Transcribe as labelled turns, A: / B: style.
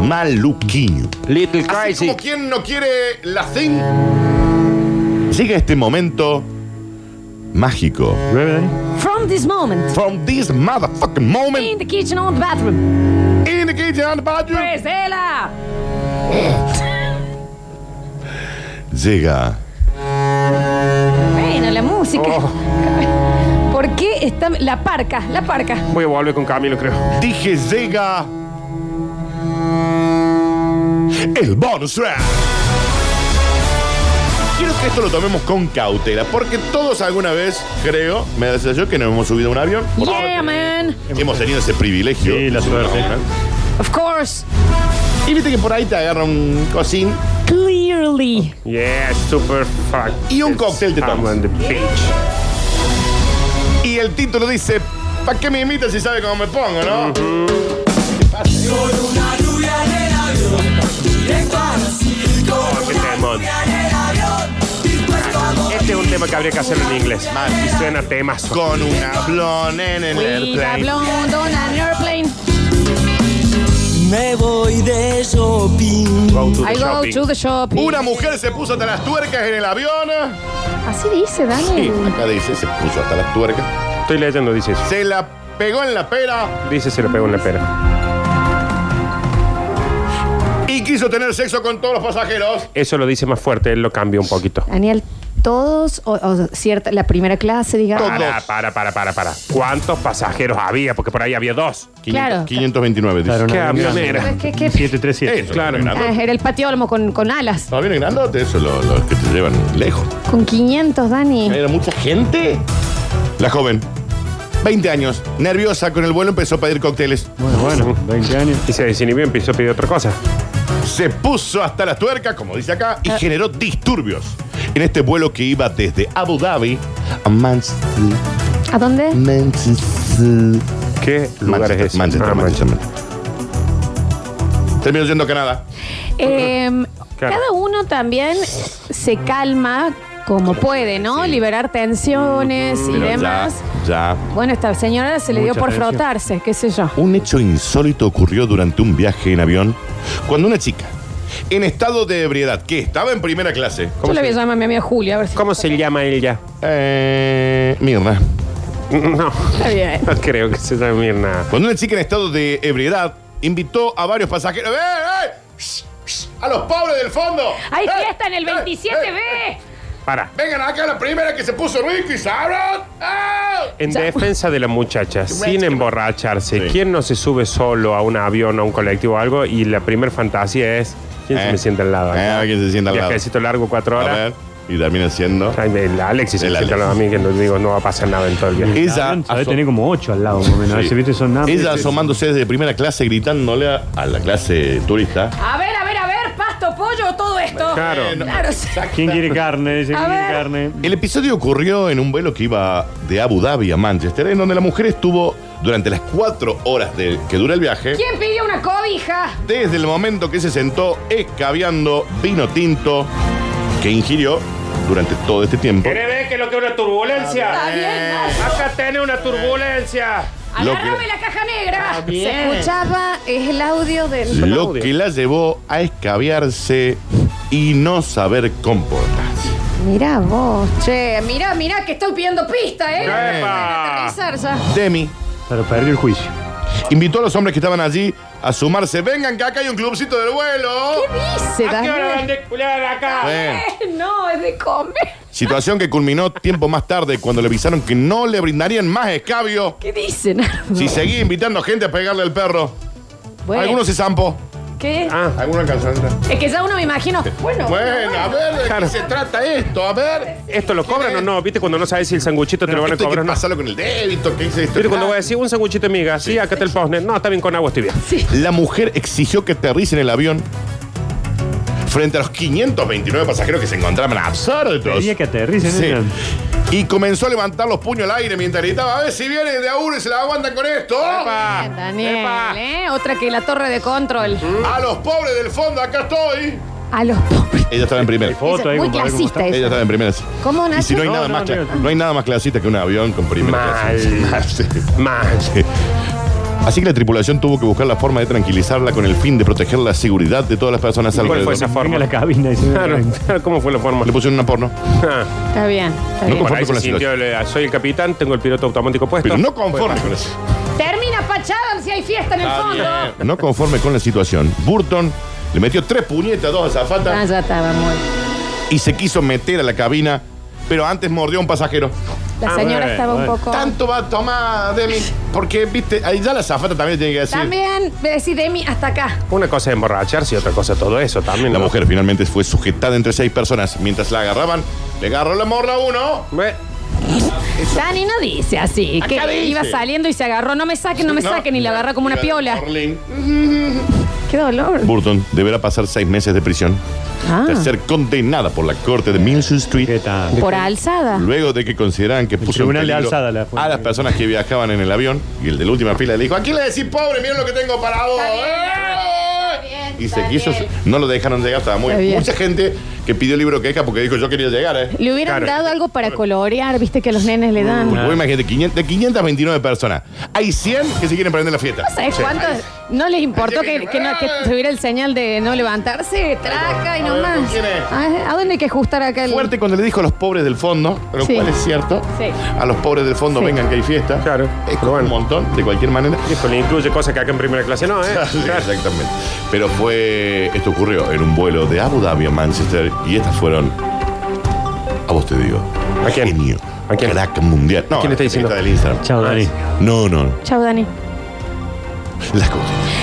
A: maluquiño.
B: Little
A: Así
B: Crazy.
A: como quien no quiere la zinc. Llega este momento mágico.
B: ¿eh?
C: From this moment,
A: From this motherfucking moment
C: in the kitchen, on the bathroom.
A: in the kitchen and the bathroom.
C: Presela.
A: Llega.
C: Bueno, la música.
A: Oh.
C: ¿Por qué está la parca? La parca.
B: Voy a volver con Camilo, creo.
A: Dije llega. El bonus track. Quiero que esto lo tomemos con cautela, porque todos alguna vez, creo, me da la sensación que nos hemos subido a un avión.
C: Yeah, man.
A: Hemos tenido ese privilegio.
D: Sí, la suerte.
C: Of course.
A: Y viste que por ahí te agarra un cosín
C: Clearly.
B: Yes, super fuck.
A: Y un cóctel te
B: I'm
A: tomas.
B: on the beach.
A: y el título dice, ¿para qué me imitas si sabe cómo me pongo, no?
B: Oh, Qué temón. Este es un tema que habría que hacerlo en inglés.
A: Mal.
B: Y suena temas.
A: Con un ablón en el
C: We are
A: airplane.
C: blonde on an airplane.
E: Me voy de shopping.
B: Go to the
C: I go
B: shopping.
C: to the shopping.
A: Una mujer se puso hasta las tuercas en el avión.
C: Así dice,
A: Sí,
C: Daniel.
A: acá dice, se puso hasta las tuercas.
B: Estoy leyendo, dice eso.
A: Se la pegó en la pera
B: Dice se lo pegó en la pera.
A: y quiso tener sexo con todos los pasajeros.
B: Eso lo dice más fuerte, él lo cambia un poquito.
C: Daniel, todos, o, o cierta, la primera clase, digamos.
B: Para, para, para, para, para. ¿Cuántos pasajeros había? Porque por ahí había dos.
A: 500,
C: Claro.
A: 529, dice.
D: Claro,
B: Qué
D: no, mira,
B: camionera.
C: ¿Qué, qué?
A: Eso,
D: 737.
B: Claro.
A: bien grandote.
C: Ah, era el patiolmo con, con alas.
A: No, vienen grandote, eso los los que te llevan lejos.
C: Con 500, Dani.
A: Era mucha gente. La joven, 20 años, nerviosa con el vuelo, empezó a pedir cócteles.
D: Bueno, bueno, 20 años.
B: Y se desinhibió, empezó a pedir otra cosa.
A: Se puso hasta las tuercas, como dice acá, y generó disturbios. En este vuelo que iba desde Abu Dhabi a Manchester.
C: ¿A dónde?
A: Manchester.
B: ¿Qué lugar
A: Manchester,
B: es ese?
A: Manchester,
B: Ah,
A: Manchester, Manchester. Terminó yendo a Canadá.
C: Eh,
B: Claro.
C: Cada uno también se calma como puede, ¿no? Liberar tensiones y
A: Pero ya,
C: demás.
A: ya.
C: Bueno, esta señora se le dio
D: Mucha
C: por
D: tensión.
C: frotarse, qué sé yo.
A: Un hecho insólito ocurrió durante un viaje en avión cuando una chica, en estado de ebriedad, que estaba en primera clase,
C: Yo
B: ¿Cómo
C: le voy a
B: se,
C: llamar a mi amiga Julia, a ver si.
B: ¿Cómo se llama ella?
A: eh, Mirna,
B: No,
C: Está bien.
B: no creo que se llame Mirna.
A: cuando una chica en estado de ebriedad invitó a varios pasajeros. ¡Eh, eh! ¡Shh, shh! ¡A los pobres del fondo!
C: ¡Hay
A: ¡Eh!
C: fiesta en el
A: ¡Eh!
C: 27B!
A: ¡Eh!
B: Para.
A: ¡Vengan acá la primera que se puso rico y sabrón! ¡Ah!
B: En defensa de la muchacha, sin emborracharse,
A: Sí.
B: ¿quién no se sube solo a un avión, a un colectivo o algo? Y la primer fantasía es, ¿quién se
A: Eh.
B: me sienta al lado?
A: Eh, a ver quién se sienta al lado.
B: Viajecito largo, cuatro
A: A
B: horas.
A: ver, y termina siendo.
B: Ay, el Alexis se
A: El
B: sienta al lado a mí, que no digo, no va a pasar nada en todo el viaje.
A: Ella,
D: Sabe
A: aso-
D: tener como 8 al lado, más o menos. A veces, viste, son nada.
A: ella asomándose desde primera clase gritándole a- a la clase turista.
C: A ver, a ver, a ver, pasto, pollo, todo esto.
B: Claro.
C: Claro, sí.
D: ¿Quién quiere carne? Dice,
C: A
D: ¿quién quiere
C: ver.
D: carne?
A: El episodio ocurrió en un vuelo que iba de Abu Dhabi a Manchester, en donde la mujer estuvo durante las cuatro horas de- que dura el viaje.
C: ¿Quién pidió una cobija?
A: Desde el momento que se sentó escabeando vino tinto que ingirió durante todo este tiempo.
B: ¿Querés ver qué es lo que es una turbulencia? Eh.
C: Está bien, Dani.
B: Acá tiene una turbulencia.
A: Lo
C: Agárrame
A: que-
C: la caja negra. Se escuchaba, es el audio del.
A: Lo que la llevó a escabearse y no saber comportarse.
C: Mirá vos, che, mirá, mirá que estoy pidiendo pista, ¿eh?
B: ¡Epa!
C: Para aterrizar ya.
A: Demi
D: Pero perdió el juicio.
A: invitó a los hombres que estaban allí a sumarse. Vengan que acá hay un clubcito del vuelo.
C: Dice,
B: ¿A qué hora van
C: Daniel.
B: de culiar acá?
A: Bueno.
C: No, es de comer.
A: Situación que culminó tiempo más tarde cuando le avisaron que no le brindarían más escabio
C: ¿Qué dicen?
A: si seguía invitando gente a pegarle al perro.
C: Bueno,
A: Algunos se zampó.
C: ¿qué?
B: Ah,
A: Algunos alcanzaron.
C: Es que ya uno me imagino. Bueno,
A: Bueno, a ver, ¿de
B: Claro.
A: qué se trata esto? A ver.
B: ¿esto lo cobran o no? ¿Viste cuando no sabes si el sanguchito te lo van a
A: Esto hay que
B: cobrar o no?
A: pasarlo con el débito. ¿Qué hice esto?
B: ¿Viste cuando voy a decir un sanguchito de miga? Sí, acá está el posnet. No, está bien con agua, estoy bien.
A: La mujer exigió que aterricen el avión frente a los 529 pasajeros que se encontraban absortos.
D: Quería que aterricen.
A: Sí.
D: ¿eh?
A: Y comenzó a levantar los puños al aire mientras gritaba, a ver si vienen de a uno y se la aguantan con esto.
B: ¡Epa!
C: Bien, Daniel,
B: ¡Epa!
C: ¿eh? Otra que la torre de control.
A: A los pobres del fondo, acá estoy.
C: A los pobres.
A: Ella estaba en primera.
D: Foto ahí
C: muy
D: como para ver cómo
C: clasista
A: Ella
C: eso.
A: estaba en primera.
C: ¿Cómo,
A: Y
C: Nacho?
A: si no hay, nada
D: no,
A: más cla-
D: no.
A: no hay nada más clasista que un avión con primera
B: Mal.
A: clase. Sí.
B: Mal.
A: Así que la tripulación tuvo que buscar la forma de tranquilizarla con el fin de proteger la seguridad de todas las personas
B: ¿Cuál
A: alrededor.
B: fue esa
D: Venga
B: forma?
D: a la cabina y se
B: Claro, ¿Cómo fue la forma?
A: Le pusieron una porno.
B: Ah,
C: Está bien, está
A: No
C: bien.
A: conforme
B: por ahí
A: con la
B: se sintió, el- eh, soy el capitán, tengo el piloto automático puesto.
A: Pero no conforme con eso.
C: Termina Pachadam si hay fiesta en
B: Ah,
C: el fondo.
A: No conforme con la situación, Burton le metió tres puñetas a dos
C: Ah,
A: azafatas
C: ya estaba muy.
A: y se quiso meter a la cabina, pero antes mordió a un pasajero.
C: La
B: Ah,
C: señora
B: bueno,
C: estaba un
B: bueno.
C: poco.
A: Tanto va a tomar Demi, porque, viste, ahí ya la azafata también tiene que decir.
C: También, me decís de mí hasta acá.
B: Una cosa es emborracharse y otra cosa todo eso también.
A: La
B: ¿no?
A: mujer finalmente fue sujetada entre seis personas. Mientras la agarraban, le agarró la morra a uno.
B: Eh,
C: Dani no dice así.
A: Acá
C: Que
A: dice.
C: iba saliendo y se agarró. No me saquen, no me saquen. Y la agarra como una
A: Iba
C: piola.
A: Orlin.
C: Qué dolor.
A: Burton deberá pasar seis meses de prisión
C: Ah,
A: tras ser condenada por la corte de Milson Street
D: ¿Qué tal?
C: por alzada.
A: Luego de que consideraran que puso en
D: Ah. tribunal de
A: peligro
D: alzada la fue.
A: a las personas que viajaban en el avión y el de la última fila le dijo, aquí le decís pobre, miren lo que tengo para vos.
C: Está bien,
A: ¡Eh!
C: está bien,
A: Y
C: está
A: se quiso,
C: bien.
A: no lo dejaron llegar, estaba muy...
C: Está bien.
A: Mucha gente que pidió libro queja porque dijo, yo quería llegar, ¿eh?
C: Le hubieran
B: Claro.
C: dado algo para colorear, viste que a los nenes le dan.
A: Porque vos imagínate, 500 de 529 personas, hay 100 que se quieren prender la fiesta.
C: ¿Sabes
A: Sí.
C: cuánto? No les importó
A: Así que-
C: que, que no, que tuviera el señal de no levantarse, traca y
A: A ver,
C: nomás.
A: ¿con quién es?
C: Ah, ¿A dónde hay que ajustar acá el.?
A: Fuerte cuando le dijo a los pobres del fondo, lo
C: Sí.
A: cual es cierto.
C: Sí.
A: A los pobres del fondo
C: Sí.
A: vengan que hay fiesta.
B: Claro.
A: Es
B: Pero bueno.
A: un montón, de cualquier manera.
B: Híjole, incluye cosas que acá en primera clase no, ¿eh?
A: Sí,
B: Claro.
A: Exactamente. Pero fue. Esto ocurrió en un vuelo de Abu Dhabi a Manchester y estas fueron. A vos te digo.
B: ¿A quién?
A: Genio.
B: ¿A quién?
A: Crack mundial. No,
B: quién le está
A: la
B: diciendo?
A: del Instagram.
D: Chao, Dani.
A: No, no.
C: Chau, Dani.
A: Las cosas.